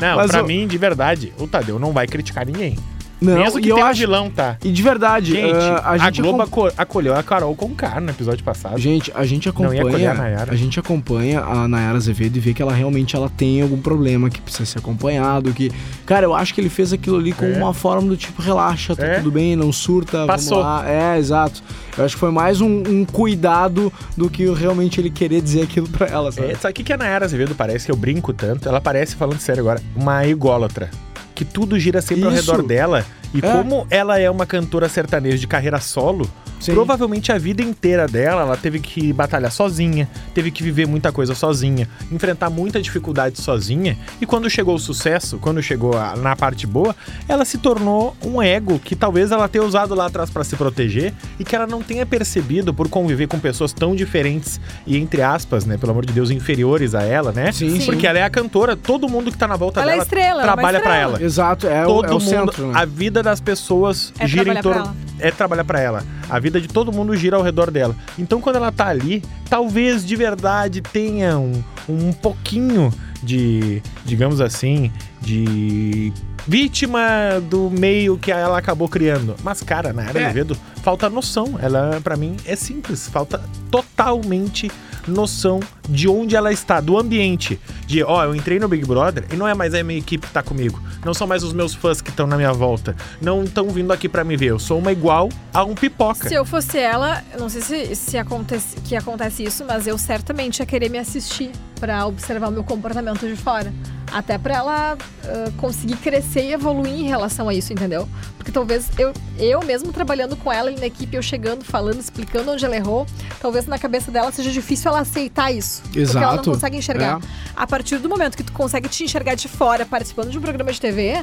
Não, Mas pra o- mim, de verdade, o Tadeu não vai criticar ninguém. Não, Mesmo que e eu tenha um acho. vilão, tá? E de verdade, Gente, ah, a, a gente Globo acom- aco- acolheu a Carol com K no episódio passado. Gente, a gente Não ia acolher acompanha, a Nayara. a, gente acompanha a Nayara Azevedo e vê que ela realmente ela tem algum problema que precisa ser acompanhado, que cara, eu acho que ele fez aquilo ali com É. uma forma do tipo relaxa, tá É. tudo bem, não surta, Passou. vamos lá. É, exato. Eu acho que foi mais um, um cuidado do que realmente ele querer dizer aquilo pra ela, sabe? É, sabe o que que a Nayara Azevedo parece? Que eu brinco tanto. Ela parece, falando sério agora, uma ególatra. Que tudo gira sempre ao Isso. redor dela. E É. como ela é uma cantora sertaneja de carreira solo, Sim. provavelmente a vida inteira dela, ela teve que batalhar sozinha, teve que viver muita coisa sozinha, enfrentar muita dificuldade sozinha. E quando chegou o sucesso, quando chegou a- na parte boa, ela se tornou um ego que talvez ela tenha usado lá atrás pra se proteger e que ela não tenha percebido por conviver com pessoas tão diferentes e, entre aspas, né, pelo amor de Deus, inferiores a ela, né? Sim, Sim. Porque ela é a cantora, todo mundo que tá na volta Ela é dela estrela, ela é uma trabalha pra estrela. ela. Exato, é, o, Todo é o mundo, centro, né? a vida das pessoas É gira em trabalhar pra torno é trabalhar pra ela. A vida de todo mundo gira ao redor dela. Então quando ela tá ali, talvez de verdade tenha um, um pouquinho de, digamos assim, de vítima do meio que ela acabou criando. Mas cara, na área É. de Vedo, falta noção. Ela pra mim é simples, falta totalmente noção de onde ela está, do ambiente. De, ó, eu entrei no Big Brother e não é mais a minha equipe que tá comigo. Não são mais os meus fãs que estão na minha volta. Não estão vindo aqui pra me ver. Eu sou uma igual a um pipoca. Se eu fosse ela, eu não sei se, se acontece, que acontece isso, mas eu certamente ia querer me assistir pra observar o meu comportamento de fora. Até pra ela ah, conseguir crescer e evoluir em relação a isso, entendeu? Porque talvez eu, eu mesmo trabalhando com ela ali na equipe, eu chegando, falando, explicando onde ela errou, talvez na cabeça dela seja difícil ela aceitar isso. Porque ela não Exato, consegue enxergar. é. A partir do momento que tu consegue te enxergar de fora, participando de um programa de TV,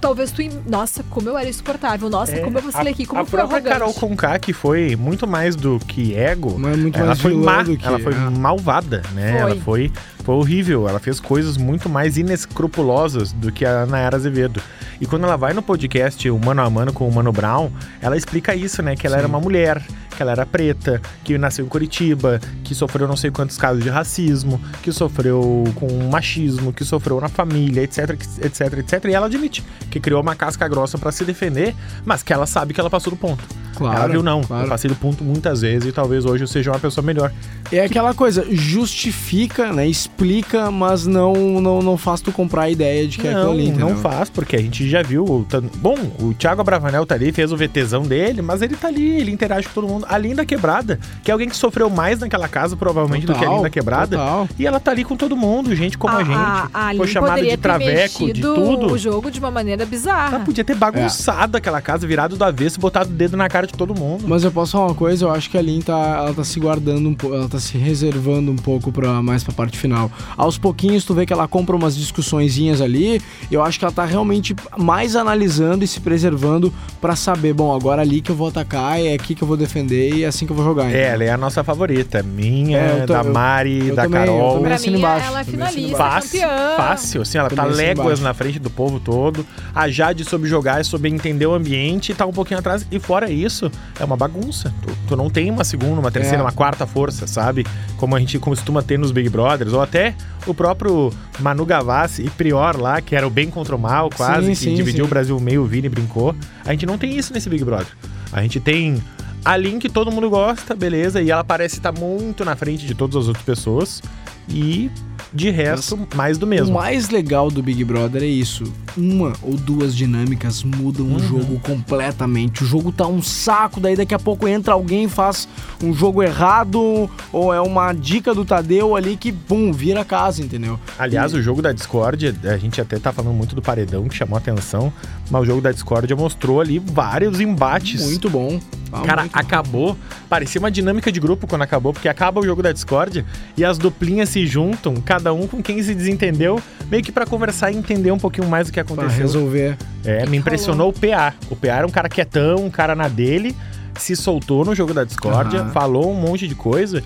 talvez tu. im- Nossa, como eu era insuportável. Nossa, É, como eu vacilei aqui. Como a eu fui própria arrogante. Carol Conká, que foi muito mais do que ego, Mas é muito ela mais foi vilã má, do que- ela foi é. malvada, né? Foi. Ela foi, foi horrível, ela fez coisas muito mais inescrupulosas do que a Nayara Azevedo. E quando ela vai no podcast O Mano a Mano com o Mano Brown, ela explica isso, né? Que ela era uma mulher, que ela era preta, que nasceu em Curitiba, que sofreu não sei quantos casos de racismo, que sofreu com machismo, que sofreu na família, etc, etc, etc. E ela admite que criou uma casca grossa pra se defender, mas que ela sabe que ela passou do ponto. Claro, ela viu, não, eu claro. passei do ponto muitas vezes e talvez hoje eu seja uma pessoa melhor. É aquela coisa, justifica, né? Explica, mas não, não, não faz tu comprar a ideia de que é aquilo Não, ali, entendeu? não faz, porque a gente já viu. o tan- Bom, o Thiago Abravanel tá ali, fez o VTzão dele, mas ele tá ali, ele interage com todo mundo. A Linda Quebrada, que é alguém que sofreu mais naquela casa, provavelmente, do que a Total, Linda Quebrada. total. E ela tá ali com todo mundo, gente como a, A- gente. a- a foi Aline chamada poderia de ter traveco, de mexido tudo. Tá o jogo de uma maneira Ela Ah. bizarra. podia ter bagunçado É. aquela casa, virado do avesso, botado o dedo na cara de todo mundo. Mas eu posso falar uma coisa, eu acho que a Lin tá, ela tá se guardando um pouco, ela tá se reservando um pouco pra, mais pra parte final. Aos pouquinhos tu vê que ela compra umas discussõezinhas ali, e eu acho que ela tá realmente mais analisando e se preservando pra saber, bom, agora é ali que eu vou atacar, é aqui que eu vou defender e é assim que eu vou jogar. É, entendeu? ela é a nossa favorita. Minha, É, eu tô- da eu- Mari, eu da também- eu Carol. também Pra assino mim, embaixo, ela é também assino finalista, embaixo. Fácil, campeã. fácil, assim, ela tá Também assim léguas embaixo. na frente do povo todo. A Jade soube jogar, soube entender o ambiente, tá um pouquinho atrás. E fora isso, é uma bagunça. Tu, tu não tem uma segunda, uma terceira, É. uma quarta força, sabe? Como a gente costuma ter nos Big Brothers. Ou até o próprio Manu Gavassi e Prior lá, que era o bem contra o mal, quase, Sim, que sim, dividiu sim. o Brasil meio, o Vini brincou. A gente não tem isso nesse Big Brother. A gente tem a Lin que todo mundo gosta, beleza, e ela parece estar muito na frente de todas as outras pessoas. E de resto, mais do O mesmo. mais legal do Big Brother é isso. Uma ou duas dinâmicas mudam Uhum. o jogo completamente. O jogo tá um saco, daí daqui a pouco entra alguém e faz um jogo errado, ou é uma dica do Tadeu ali que, pum, vira casa, entendeu? Aliás, o jogo da Discord, a gente até tá falando muito do paredão que chamou a atenção, mas o jogo da Discord mostrou ali vários embates. Muito bom. Tá Cara, muito acabou. Parecia uma dinâmica de grupo quando acabou, porque acaba o jogo da Discord e as duplinhas se juntam, cada um com quem se desentendeu, meio que pra conversar e entender um pouquinho mais o que pra aconteceu. resolver. É, que me impressionou o PA. O PA era um cara quietão, um cara na dele, se soltou no jogo da discórdia, Aham. falou um monte de coisa.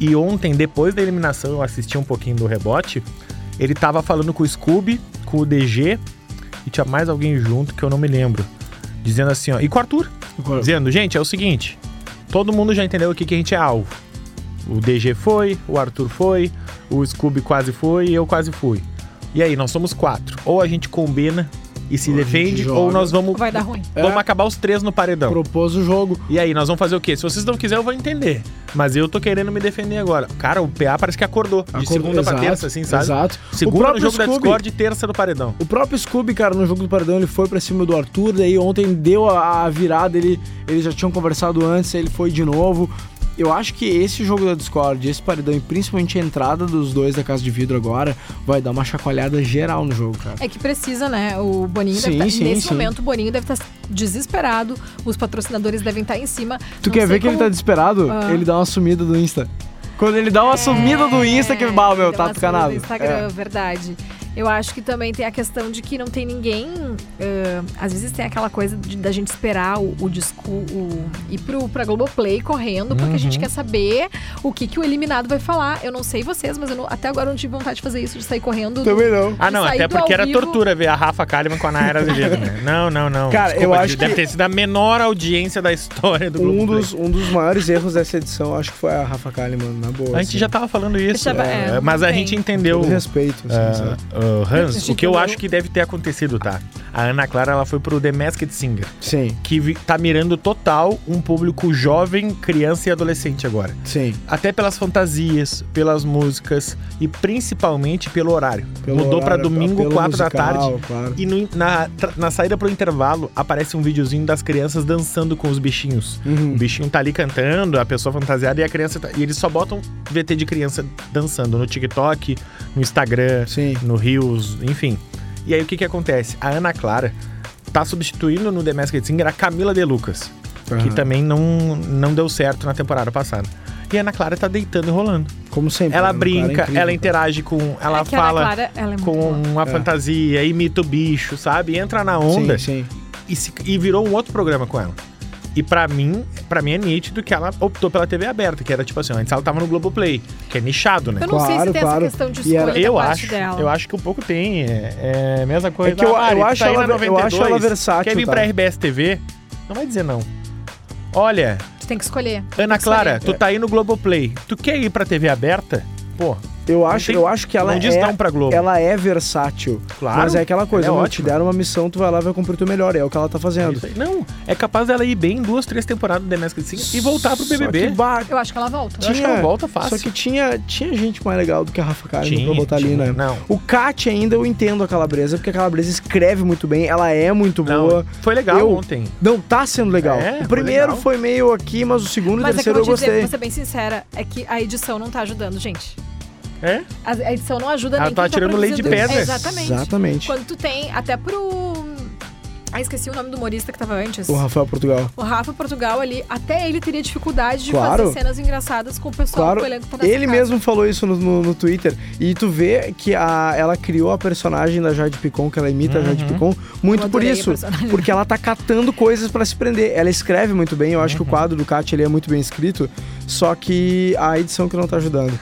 E ontem, depois da eliminação, eu assisti um pouquinho do rebote. Ele tava falando com o Scooby, com o DG, e tinha mais alguém junto que eu não me lembro. Dizendo assim, ó. E com o Arthur, dizendo, gente, é o seguinte. Todo mundo já entendeu aqui que a gente é alvo. O DG foi, o Arthur foi, o Scooby quase foi e eu quase fui. E aí, nós somos quatro. Ou a gente combina e se Ou a gente defende, joga. ou nós vamos. Vai dar ruim. Vamos É. acabar os três no paredão. Propôs o jogo. E aí, nós vamos fazer o quê? Se vocês não quiserem, eu vou entender. Mas eu tô querendo me defender agora. Cara, o PA parece que acordou. De Acordo- segunda pra Exato, terça, assim, sabe? Exato. o Segunda no próprio jogo da Scooby, Discord e terça no paredão. O próprio Scooby, cara, no jogo do Paredão, ele foi pra cima do Arthur, daí ontem deu a, a virada, ele, eles já tinham conversado antes, ele foi de novo. Eu acho que esse jogo da Discord, esse paredão e principalmente a entrada dos dois da Casa de Vidro agora, vai dar uma chacoalhada geral no jogo, cara. É que precisa, né? O Boninho deve Sim, tá- sim, nesse sim. momento, o Boninho deve estar desesperado. Os patrocinadores devem estar em cima. Tu Não quer sei ver que ele como- tá desesperado? Ah. É. Ele dá uma sumida do Insta. Quando ele dá uma sumida do Insta, que bah, meu, Deu tá umas do coisas canal. É. no Instagram, verdade. Eu acho que também tem a questão de que não tem ninguém. ãh, às vezes tem aquela coisa de- da gente esperar o, o disco. O, ir pro, pra Globoplay correndo, porque a gente Uhum. quer saber o que, que o eliminado vai falar. Eu não sei vocês, mas eu não- até agora eu não tive vontade de fazer isso, de sair correndo. do- Também não. Ah, não, Sair até do ao porque era vivo- tortura ver a Rafa Kalimann com a Nayara Azevedo, né? Não, não, não. Cara, eu acho Di, deve que- ter sido a menor audiência da história do grupo. Um dos, um dos maiores erros dessa edição, acho que foi a Rafa Kalimann, na boa. A gente assim. já tava falando isso, Eu já- é, é, mas a bem. gente entendeu. Todo respeito, assim, Ah, sabe? ah, Hans, Esse o que eu entendeu. acho que deve ter acontecido, tá? A Ana Clara ela foi pro The Masked Singer, Sim, que vi- tá mirando total um público jovem, criança e adolescente agora. sim. Até pelas fantasias, pelas músicas e principalmente pelo horário. Pelo Mudou pra horário, domingo, apelo 4 da musical, tarde. claro. E no- na, tra- na saída pro intervalo aparece um videozinho das crianças dançando com os bichinhos. Uhum. O bichinho tá ali cantando, a pessoa fantasiada e a criança. tá- e eles só botam VT de criança dançando no TikTok, no Instagram, Sim. no Rios, enfim. E aí o que que acontece? A Ana Clara tá substituindo no The Masked Singer a Camila De Lucas, que Aham. também não, não deu certo na temporada passada. E a Ana Clara tá deitando e rolando. Como sempre. Ela né? Um brinca, cara incrível, ela cara. interage com. Ela É que a Ana fala Clara, ela é muito com boa. uma fantasia, imita o bicho, sabe? Entra na onda Sim, sim. E, se- e virou um outro programa com ela. E pra mim, para mim é nítido que ela optou pela TV aberta, que era tipo assim, antes ela tava no Globoplay, que é nichado, né? Eu não sei Claro, se tem claro. essa questão de E escolha era- da Eu parte acho, dela. eu acho que um pouco tem, é, é a mesma coisa. É que eu- Ah, Mari, eu tu acho tá aí ela- na eu acho ela 92, versátil, Quer vir tá? pra RBS TV? Não vai dizer não. Olha, Tu tem que escolher. Ana Isso aí. Clara, tu tá aí no Globoplay, tu quer ir pra TV aberta? Pô, Eu acho, tem- eu acho que ela não diz é. não pra Globo. Ela é versátil. Claro, Mas é aquela coisa, ela é não, te ótima. deram uma missão, tu vai lá e vai cumprir o teu melhor. É o que ela tá fazendo. Isso aí. Não, é capaz dela ir bem em duas, três temporadas do The Masked Singer e voltar pro Só BBB. que ba- é, Eu acho que ela volta. Eu acho que ela volta fácil. Só que tinha, tinha gente mais legal do que a Rafa Kalimann pra Tinha, botar ali, tinha. né? Não. O Kat ainda eu entendo a Calabresa, porque a Calabresa escreve muito bem, ela é muito Não, boa. foi legal Eu- ontem. Não, tá sendo legal. É, o foi primeiro legal. foi, meio aqui, mas o segundo e o Mas é que eu terceiro vou eu te dizer, gostei. vou ser bem sincera, é que a edição não tá ajudando, gente. É? A, a edição não ajuda Ela nem tá quem tirando leite de produzindo. pedra. É, Exatamente. Exatamente. Quando tu tem, até pro... Ah, esqueci o nome do humorista que tava antes. O Rafael Portugal. O Rafa Portugal ali, até ele teria dificuldade de Claro. fazer cenas engraçadas com o pessoal Claro, do elenco que tá nessa ele casa. mesmo falou isso no, no- no Twitter. E tu vê que a, ela criou a personagem da Jade Picon, que ela imita a Uhum. Jade Picon, muito Eu por adorei a isso. personagem. Porque ela tá catando coisas pra se prender. Ela escreve muito Uhum. bem, eu acho que o quadro do Kat ele é muito bem escrito, só que a edição que não tá ajudando.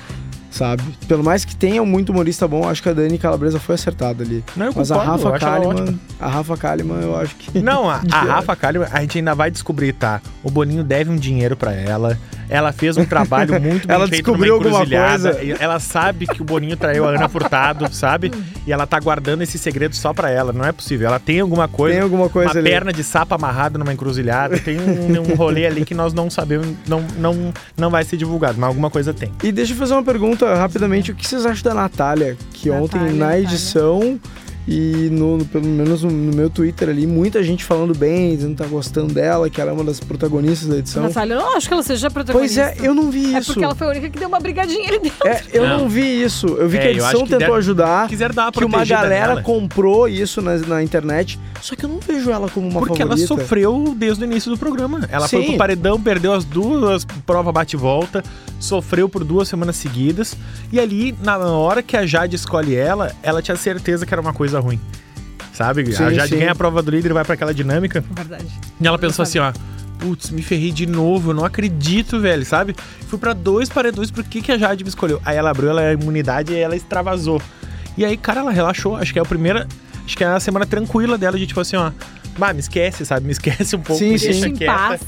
sabe? Pelo mais que tenha um muito humorista bom, acho que a Dani Calabresa foi acertada ali. Não, eu Mas concordo, a eu Rafa acho ela Kalimann, ótima. a Rafa Kalimann, eu acho que Não, a, a Dinheiro. Rafa Kalimann, a gente ainda vai descobrir, tá? O Boninho deve um dinheiro pra ela. Ela fez um trabalho muito bem Ela feito descobriu numa alguma encruzilhada. coisa. E Ela sabe que o Boninho traiu a Ana Furtado, sabe? E ela tá guardando esse segredo só pra ela. Não é possível. Ela tem alguma coisa. tem alguma coisa uma ali. perna de sapo amarrada numa encruzilhada. Tem um, um rolê ali que nós não sabemos, não, não, não vai ser divulgado, mas alguma coisa tem. E deixa eu fazer uma pergunta rapidamente. O que vocês acham da Natália? Que Natália, ontem na Natália. edição e no, no- pelo menos no, no meu Twitter ali, muita gente falando bem, dizendo que tá gostando dela, que ela é uma das protagonistas da edição. Natália, eu não acho que ela seja Então- Pois protagonista. é, eu não vi É isso. porque ela tá foi a única que deu uma brigadinha ali dentro. É, eu não. Não. vi isso. Eu vi É, que a eu acho edição que tentou deve- ajudar. Quiser dar uma Ah, Que uma protegida galera nela. comprou isso na, na internet, só que eu não vejo ela como uma Porque ela favorita. sofreu desde o início do programa. Ela foi Sim. pro paredão, perdeu as duas provas bate-volta, sofreu por duas semanas seguidas. E ali, na hora que a Jade escolhe ela, ela tinha certeza que era uma coisa ruim. Sabe? a Sim, Jade sim. ganha a prova do líder e vai pra aquela dinâmica. Verdade. E ela pensou assim, ó. Putz, me ferrei de novo, eu não acredito, velho, sabe? Fui pra dois paredões, por que, que a Jade me escolheu? Aí ela abriu ela, a imunidade e ela extravasou. E aí, cara, ela relaxou. Acho que é a primeira. Acho que é a semana tranquila dela de tipo assim, ó. Bah, me esquece, sabe? Me esquece um pouco, Sim, me sim. deixa Deixa em quieta, paz.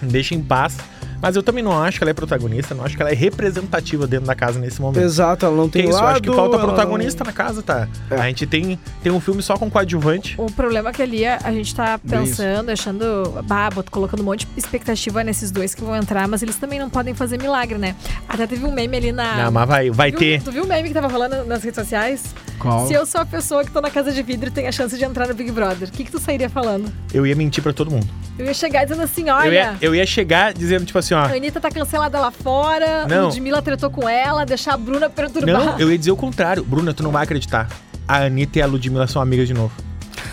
me deixa em paz. Mas eu também não acho que ela é protagonista, não acho que ela é representativa dentro da casa nesse momento. Exato, ela não tem Tem isso, eu acho que lado, falta ela não- protagonista na casa, tá? É. A gente tem, tem um filme só com coadjuvante. O problema é que ali a a gente tá Bem pensando, achando babo, colocando um monte de expectativa nesses dois que vão entrar, mas eles também não podem fazer milagre, né? Até teve um meme ali na. Ah. Não, mas vai, vai Viu- ter. Tu viu o meme que tava rolando nas redes sociais? Qual? Se eu sou a pessoa que tô na casa de vidro e tenho a chance de entrar no Big Brother, o que, que tu sairia falando? Eu ia mentir pra todo mundo. Eu ia chegar dizendo assim: Eu olha, ia, eu ia chegar dizendo, tipo assim, ó. a Anitta tá cancelada lá fora, Não. Ludmilla tretou com ela, deixar a Bruna perturbada. Não, eu ia dizer o contrário. Bruna, tu não vai acreditar. A Anitta e a Ludmilla são amigas de novo.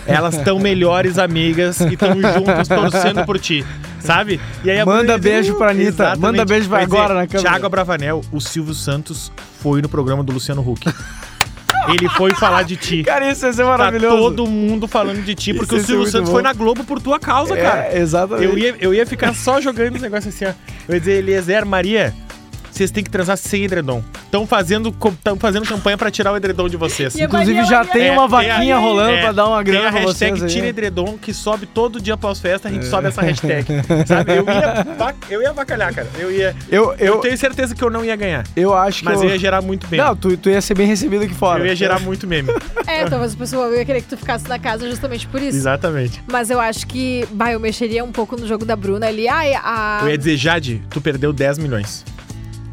Elas estão melhores amigas e estão juntas torcendo por ti, sabe? E aí Manda ia dizer, beijo "Uh, pra Anitta, exatamente." manda beijo pra Eu ia dizer, agora na câmera. Thiago Abravanel, o Silvio Santos foi no programa do Luciano Huck. Ele foi falar de ti. Cara, isso ia ser Tá maravilhoso. todo mundo falando de ti, porque Isso o ia ser Silvio muito Santos bom. foi na Globo por tua causa, cara. É, exatamente. Eu ia, eu ia ficar só jogando os negócios assim, ó. Eu ia dizer, Eliezer, Maria, vocês têm que transar sem edredom. Estão fazendo, co- tão fazendo campanha pra tirar o edredom de vocês. E a Inclusive Maria, já Maria, tem É, uma tem a- vaquinha rolando é, pra dar uma grana Tem a pra vocês. hashtag aí. É. Tira Edredom, que sobe todo dia pós-festa, a gente sobe essa hashtag. Sabe? Eu ia, va- eu ia avacalhar, cara. Eu ia. Eu, Eu, eu, tenho certeza que eu não ia ganhar. eu acho que. Mas eu... eu ia gerar muito meme. Não, tu, tu ia ser bem recebido aqui fora. eu ia gerar muito meme. É, talvez o pessoal ia querer que tu ficasse na casa justamente por isso. Exatamente. Mas eu acho que, bah, eu mexeria um pouco no jogo da Bruna ali. Ai, a. Eu ia dizer, Jade, tu perdeu 10 milhões.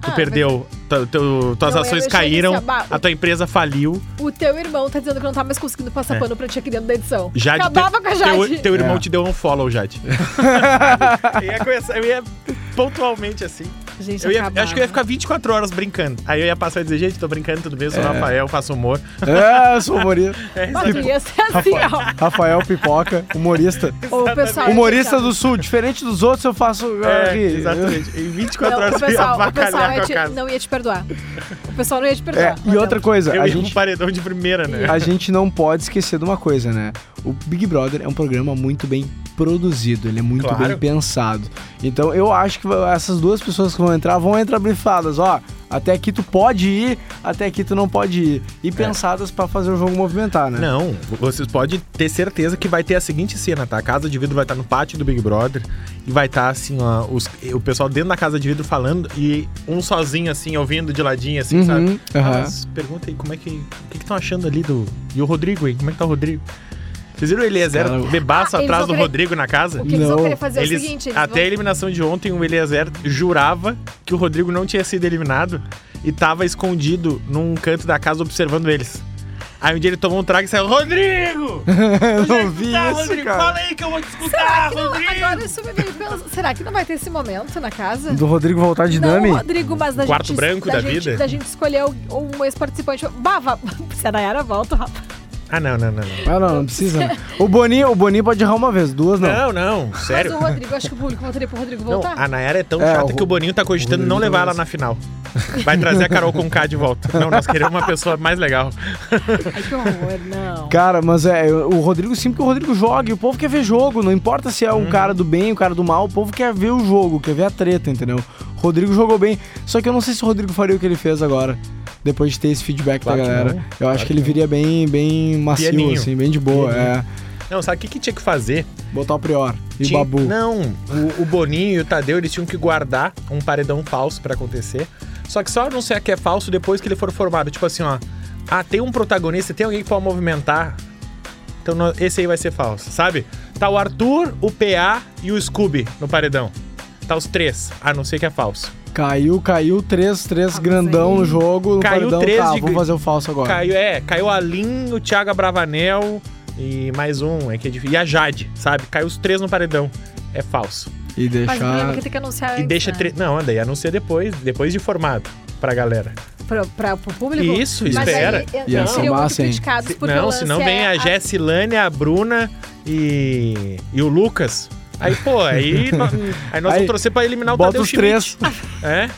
Tu Ah, perdeu, tu- tu- tuas Não, eu ações ia deixar caíram, iniciar, bah, a tua empresa faliu. O teu irmão tá dizendo que não tá mais conseguindo passar É. pano pra ti aqui dentro da edição. Jade, Acabava teu- com a Jade. Teu, teu irmão É. te deu um follow, Jade. eu, ia começar- eu ia pontualmente assim. Gente, Eu ia- acabava. acho que eu ia ficar 24 horas brincando. Aí eu ia passar e dizer, gente, tô brincando, tudo bem, eu sou o Rafael, faço humor. É, eu sou humorista. Bah, tu ia ser assim, ó. Rafael Pipoca, humorista. O pessoal. Humorista do Sul, diferente dos outros, eu faço. É, eu rir. exatamente. Em 24 Não, o horas eu ia pessoal, o pessoal avacalhar ia com a te- casa. não ia te perdoar. O pessoal não ia te É, perdoar. e outra coisa, eu a ia um gente, paredão de primeira, né? a gente não pode esquecer de uma coisa, né? O Big Brother é um programa muito bem produzido, ele é muito Claro. bem pensado. Então eu acho que essas duas pessoas que vão entrar vão entrar brifadas, ó. Até aqui tu pode ir, até aqui tu não pode ir. E pensadas pra fazer o jogo movimentar, né? É. Não, vocês podem ter certeza que vai ter a seguinte cena, tá? A casa de vidro vai estar no pátio do Big Brother e vai estar assim, ó, os- o pessoal dentro da casa de vidro falando e um sozinho, assim, ouvindo de ladinho, assim, Uhum, sabe? aham. Mas pergunta aí, como é que. O que estão achando ali do. E o Rodrigo, hein? Como é que tá o Rodrigo? Vocês viram o Eliezer Cara, bebaço Ah, eles atrás vão do querer- Rodrigo na casa? O que eles vão Não. querer fazer é o Eles- seguinte: eles até a vão... eliminação de ontem, o Eliezer jurava que o Rodrigo não tinha sido eliminado e tava escondido num canto da casa observando eles. Aí um dia ele tomou um trago e saiu, Rodrigo! Onde Eu é que não tu vi tá, isso, Rodrigo? cara. Fala aí que eu vou te escutar, Rodrigo! Agora isso me veio pelo- Será que não vai ter esse momento na casa? Do Rodrigo voltar de dummy? Não, Rodrigo, mas da Quarto gente, branco da gente, vida? Da gente escolher o- um ex-participante. Bava, se a Nayara volta, rapaz. Ah, não, não, não. não. Ah, não, não precisa. né? O Boninho, o Boninho pode errar uma vez, duas não. Não, não, sério. Mas o Rodrigo, acho que o público votaria pro Rodrigo Não, voltar. a Nayara é tão É, chata o que o Boninho tá cogitando não levar ela na final. Vai trazer a Carol Conká de volta. Não, nós queremos uma pessoa mais legal. ah. Ai, que horror, não. Cara, mas é, o Rodrigo sempre que o Rodrigo joga, e o povo quer ver jogo, não importa se é Uhum. um cara do bem, o cara do mal, o povo quer ver o jogo, quer ver a treta, entendeu? O Rodrigo jogou bem, só que eu não sei se o Rodrigo faria o que ele fez agora, depois de ter esse feedback Claro da que galera. não, eu acho que ele viria bem, bem macio, Pianinho. assim, bem de boa, é. Não, sabe o que, que tinha que fazer? Botar o Prior e o Tinha- Babu. Não, o, o Boninho e o Tadeu, eles tinham que guardar um paredão falso pra acontecer. Só que só anunciar que é falso depois que ele for formado. Tipo assim, ó. Ah, tem um protagonista, tem alguém que pode movimentar. Então nó- esse aí vai ser falso, sabe? Tá o Arthur, o PA e o Scooby no paredão. Tá os três, a não ser que é falso. Caiu, caiu, três, três Ah, mas grandão aí- no jogo, no Caiu paredão, três tá, de- vou fazer o falso agora. Caiu, é, caiu a Lin, o Thiago Bravanel e mais um, é que é difícil. E a Jade, sabe? Caiu os três no paredão. É falso. E Mas o problema é deixar... que tem que anunciar E antes, deixa. né? Tre... Não, anda aí, anuncia depois, depois de formado pra galera. pra, pra, pro público. Isso, Mas espera. Aí, eh, Ia eles ser seriam muito massa, hein? criticados porque o não, lance senão vem é a Jessilane, a Bruna e, e o Lucas. Aí, pô, aí, nó- aí nós Aí, vamos torcer pra eliminar o Bota Tadeu os Schmidt. três. Ah, É?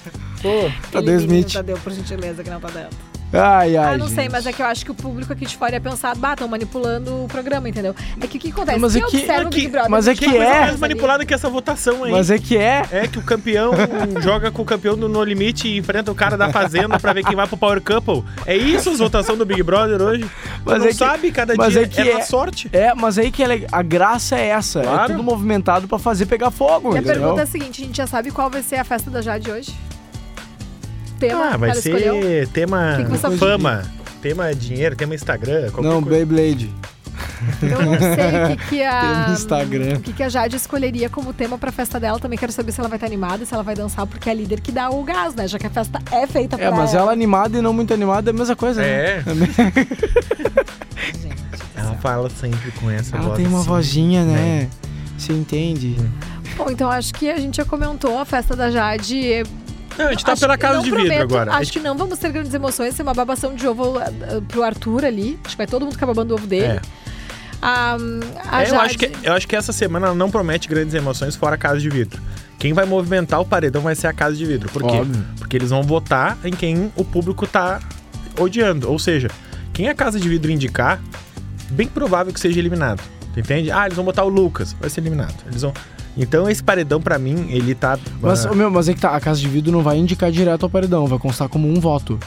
Pô, Tadeu Eliminem o Smith. Tadeu, por gentileza, que não tá dando. Ai, ai, Ah, não sei, gente. mas é que eu acho que o público aqui de fora ia pensar, bah, estão manipulando o programa, entendeu? É que o que acontece? Mas Quem é que- observa é o que- Big Brother, né? Tipo, mas é tem que que uma coisa é? coisa mais manipulada que essa votação aí. Mas é que é... É que o campeão joga com o campeão do No Limite e enfrenta o cara da Fazenda pra ver quem vai pro Power Couple. É isso as votações do Big Brother hoje? Você Mas não é que- sabe, cada mas dia é que é, na é- sorte. É, mas aí que é le- a graça é essa. É Claro. tudo movimentado pra fazer pegar fogo, E a entendeu? pergunta é a seguinte, a gente já sabe qual vai ser a festa da Jade hoje? Tema Ah, vai ela um? escolheu? ser tema Que que você- fama, tema dinheiro, tema Instagram, qualquer Não, coisa. Beyblade. Eu não sei o que, que a... Tem no Instagram. O que, que a Jade escolheria como tema pra festa dela. Também quero saber se ela vai estar animada, se ela vai dançar, porque é a líder que dá o gás, né? Já que a festa é feita pra É, mas ela animada e não muito animada é a mesma coisa, né? É. Gente. Ela fala sempre com essa Ela voz. tem uma assim. vozinha, né? Você entende? Bom, então acho que a gente já comentou a festa da Jade. eh, Não, a gente tá acho- pela casa não de prometo, vidro agora. A Acho gente- que não vamos ter grandes emoções, ser uma babação de ovo eh, eh, pro Arthur ali. Acho que vai todo mundo ficar babando o ovo dele. É. Ah, a É, Jade... eu, acho que, eu acho que essa semana ela não promete grandes emoções fora a casa de vidro. Quem vai movimentar o paredão vai ser a casa de vidro. Por quê? Óbvio. Porque eles vão votar em quem o público tá odiando. Ou seja, quem a casa de vidro indicar, bem provável que seja eliminado. Tu entende? Ah, eles vão botar o Lucas, vai ser eliminado. Eles vão. Então esse paredão, pra mim, ele tá. Mas, ah, ô, meu, mas é que tá, a casa de vidro não vai indicar direto ao paredão, vai constar como um voto.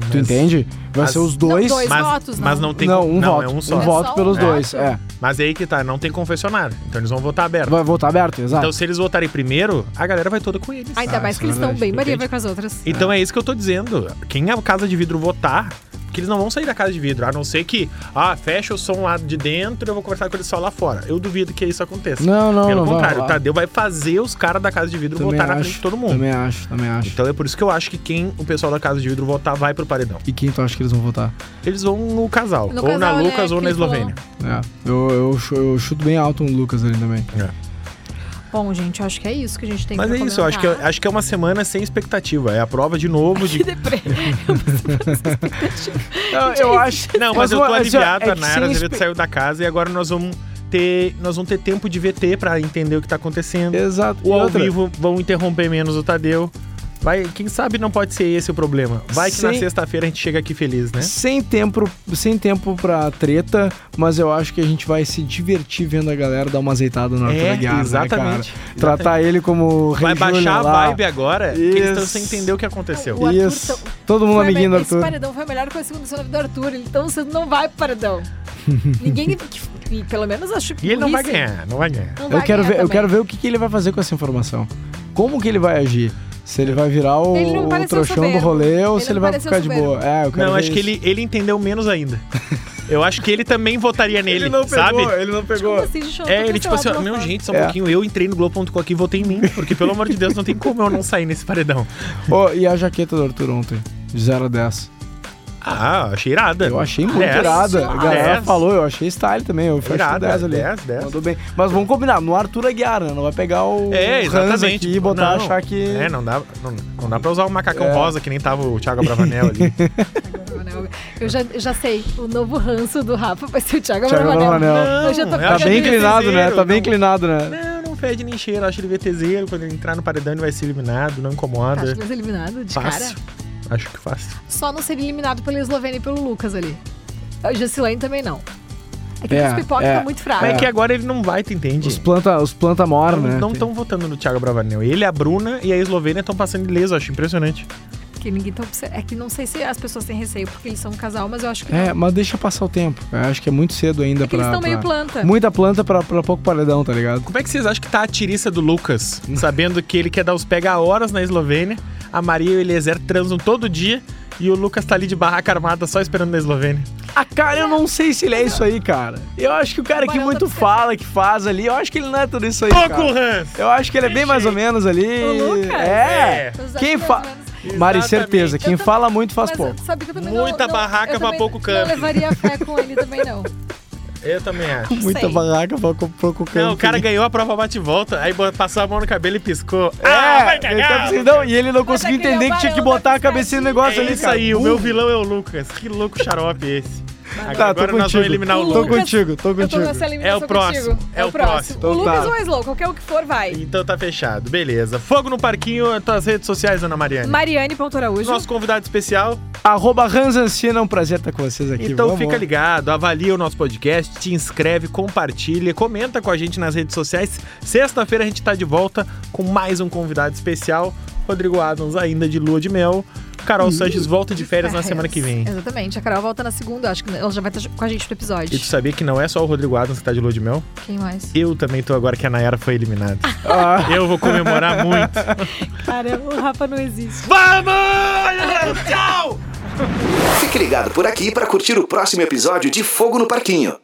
mas- Tu entende? Vai Mas- ser os Não, dois. dois. mas, votos, não. mas não tem. Não, con- um voto. é um um só. voto só um pelos voto. dois. É. Mas aí que tá, não tem confessionário. Então eles vão votar aberto. Vai votar aberto, exato. Então, se eles votarem primeiro, a galera vai toda com eles. Ainda Ah, mais isso que é eles estão verdade, bem Maria entende? vai com as outras. Então é isso que eu tô dizendo. Quem a casa de vidro votar, que eles não vão sair da casa de vidro, a não ser que, ah, fecha o som lá de dentro e eu vou conversar com eles só lá fora. Eu duvido que isso aconteça. Não, não, Pelo não vai contrário, o rolar. Tadeu vai fazer os caras da casa de vidro Também votar na acho, frente de todo mundo. Também acho, também acho. Então é por isso que eu acho que quem o pessoal da casa de vidro votar vai pro paredão. E quem tu acha que eles vão votar? Eles vão no casal, No ou na casal, né, Lucas ou que na ele falou. Eslovênia. É, eu, eu, chu- eu chuto bem alto um Lucas ali também. Bom, gente, eu acho que é isso que a gente tem Mas pra é isso, eu acho que, comentar. acho que é uma semana sem expectativa. É a prova de novo de. Eu, eu acho. Não, mas, eu tô mas, ó, aliviado, né? é a que Nayara sem Azevedo espe- saiu da casa e agora nós vamos ter, nós vamos ter tempo de VT pra entender o que tá acontecendo. Exato. O É, E ao outra, vivo vão interromper menos o Tadeu. Vai, quem sabe não pode ser esse o problema. Vai que na Sim. sexta-feira a gente chega aqui feliz, né? Sem tempo, sem tempo pra treta, mas eu acho que a gente vai se divertir vendo a galera dar uma azeitada no Arthur Aguiar, né, É, exatamente. cara? Tratar ele como o rei Vai Júnior baixar a lá. vibe agora, que eles estão Isso. sem entender o que aconteceu. O Arthur Isso. tão- Todo mundo Foi a amiguinho do me- Esse Arthur. paredão foi melhor que a segunda sua do Arthur, então você não vai pro paredão. Ninguém. que- e pelo menos acho que. E ele não vai burrice, ganhar, não vai ganhar. não Eu vai quero, ganhar ver, eu também. quero ver o que, que ele vai fazer com essa informação. Como que ele vai agir? Se ele vai virar o, Ele não o pareceu trouxão do soberbo. rolê ou Ele se ele não vai pareceu ficar de soberbo. boa? É, eu quero Não, ver acho que isso. ele, ele entendeu menos ainda. Eu acho que ele também votaria nele, sabe? ele não Como assim, gente, eu não É, tô ele tipo assim, ó, cancelado meu lá fora. gente, só um É. pouquinho, eu entrei no Globo.com aqui e votei em mim, porque pelo amor de Deus, não tem como eu não sair nesse paredão. Ô, e a jaqueta do Arthur ontem? De 0 a 10. Ah, achei irada. Eu achei muito Dez. irada. A galera Dez. É falou, eu achei style também. Eu fecho irada, 10 ali. 10, 10. Mandou bem. Mas vamos combinar, no Arthur Aguiar, né? Não vai pegar o É, o Hans exatamente. aqui e botar, Não. achar que... tá É, não dá, não, não dá pra usar um macacão É. rosa que nem tava o Thiago Bravanel ali. Não, não, Thiago. né? Eu já, já sei, o novo ranço do Rafa vai ser o Thiago Thiago Abravanel. Abravanel. Eu já tô Não, ficando Tá bem Thiago inclinado, né? Tá bem Não. inclinado, né? Não, não fede nem cheiro. Acho ele VTZero. Quando ele entrar no paredão, ele vai ser eliminado. Não Tá, acho incomoda. que vai ser eliminado de Fácil. cara. Acho que fácil. Só não seria eliminado pelo Eslovênia e pelo Lucas ali. A Gessilane também não. É que É, os pipoca é, tá muito fraco. Mas é que agora ele não vai, tu entende? Os planta, os planta mor, né? não estão votando no Thiago Bravanel. Ele, a Bruna e a Eslovênia estão passando ileso. Acho impressionante. Porque ninguém tá observ- É que não sei se as pessoas têm receio porque eles são um casal, mas eu acho que não. É, mas deixa passar o tempo. Eu acho que é muito cedo ainda É que pra. eles estão meio pra- planta. Muita planta pra, pra pouco paredão, tá ligado? Como é que vocês acham que tá a tiriça do Lucas? Sabendo que ele quer dar os pega a horas na Eslovênia, a Maria e o Eliezer transam todo dia e o Lucas tá ali de barraca armada só esperando na Eslovênia. Ah, cara, eu não sei se ele é isso aí, cara. Eu acho que o cara que Barão muito tá fala, que faz ali, eu acho que ele não é tudo isso aí. Pouco, Cara. Hans! Eu acho que ele é bem mais ou menos ali. O Lucas? É. Eu acho Quem que fa... mais ou menos. Mari, Exatamente. certeza. Quem Eu também- fala muito faz Mas pouco. sabe que eu também Muita não, não, barraca eu pra também pouco Não campo. levaria fé com ele também, não. É, Eu também acho. sei. Muita barraca pra pouco campo. Não, o cara ganhou a prova bate e volta, aí bo- passou a mão no cabelo e piscou. É, ah, vai ele tá cagar! precisando- não, e ele não conseguiu aquele é o entender que tinha que barão da botar a cabecinha no negócio É ali, isso cara. aí, o Uh, meu vilão é o Lucas. Que louco xarope esse. Tá, tô Agora nós contigo. vamos eliminar o Tô Tô Lucas. contigo, tô Eu tô contigo. nessa eliminação É o próximo, contigo. é o próximo. O Então Lucas tá. ou o Slow, qualquer o que for, vai. Então tá fechado, beleza. Fogo no parquinho, as tuas redes sociais, Ana Mariane. Mariane.araújo. Nosso convidado especial, Arroba Ranzancina, é um prazer estar com vocês aqui. Então vamos. fica ligado, avalia o nosso podcast, te inscreve, compartilha, comenta com a gente nas redes sociais. Sexta-feira a gente tá de volta com mais um convidado especial, Rodrigo Adams, ainda de lua de mel. Carol Sanches volta de férias na semana que vem. Exatamente. A Carol volta na segunda, acho que ela já vai estar com a gente no episódio. E tu sabia que não é só o Rodrigo Adams que tá de lua de mel? Quem mais? Eu também tô agora que a Nayara foi eliminada. Ah. Eu vou comemorar muito. Cara, o Rafa não existe. Vamos! Tchau! Fique ligado por aqui para curtir o próximo episódio de Fogo no Parquinho.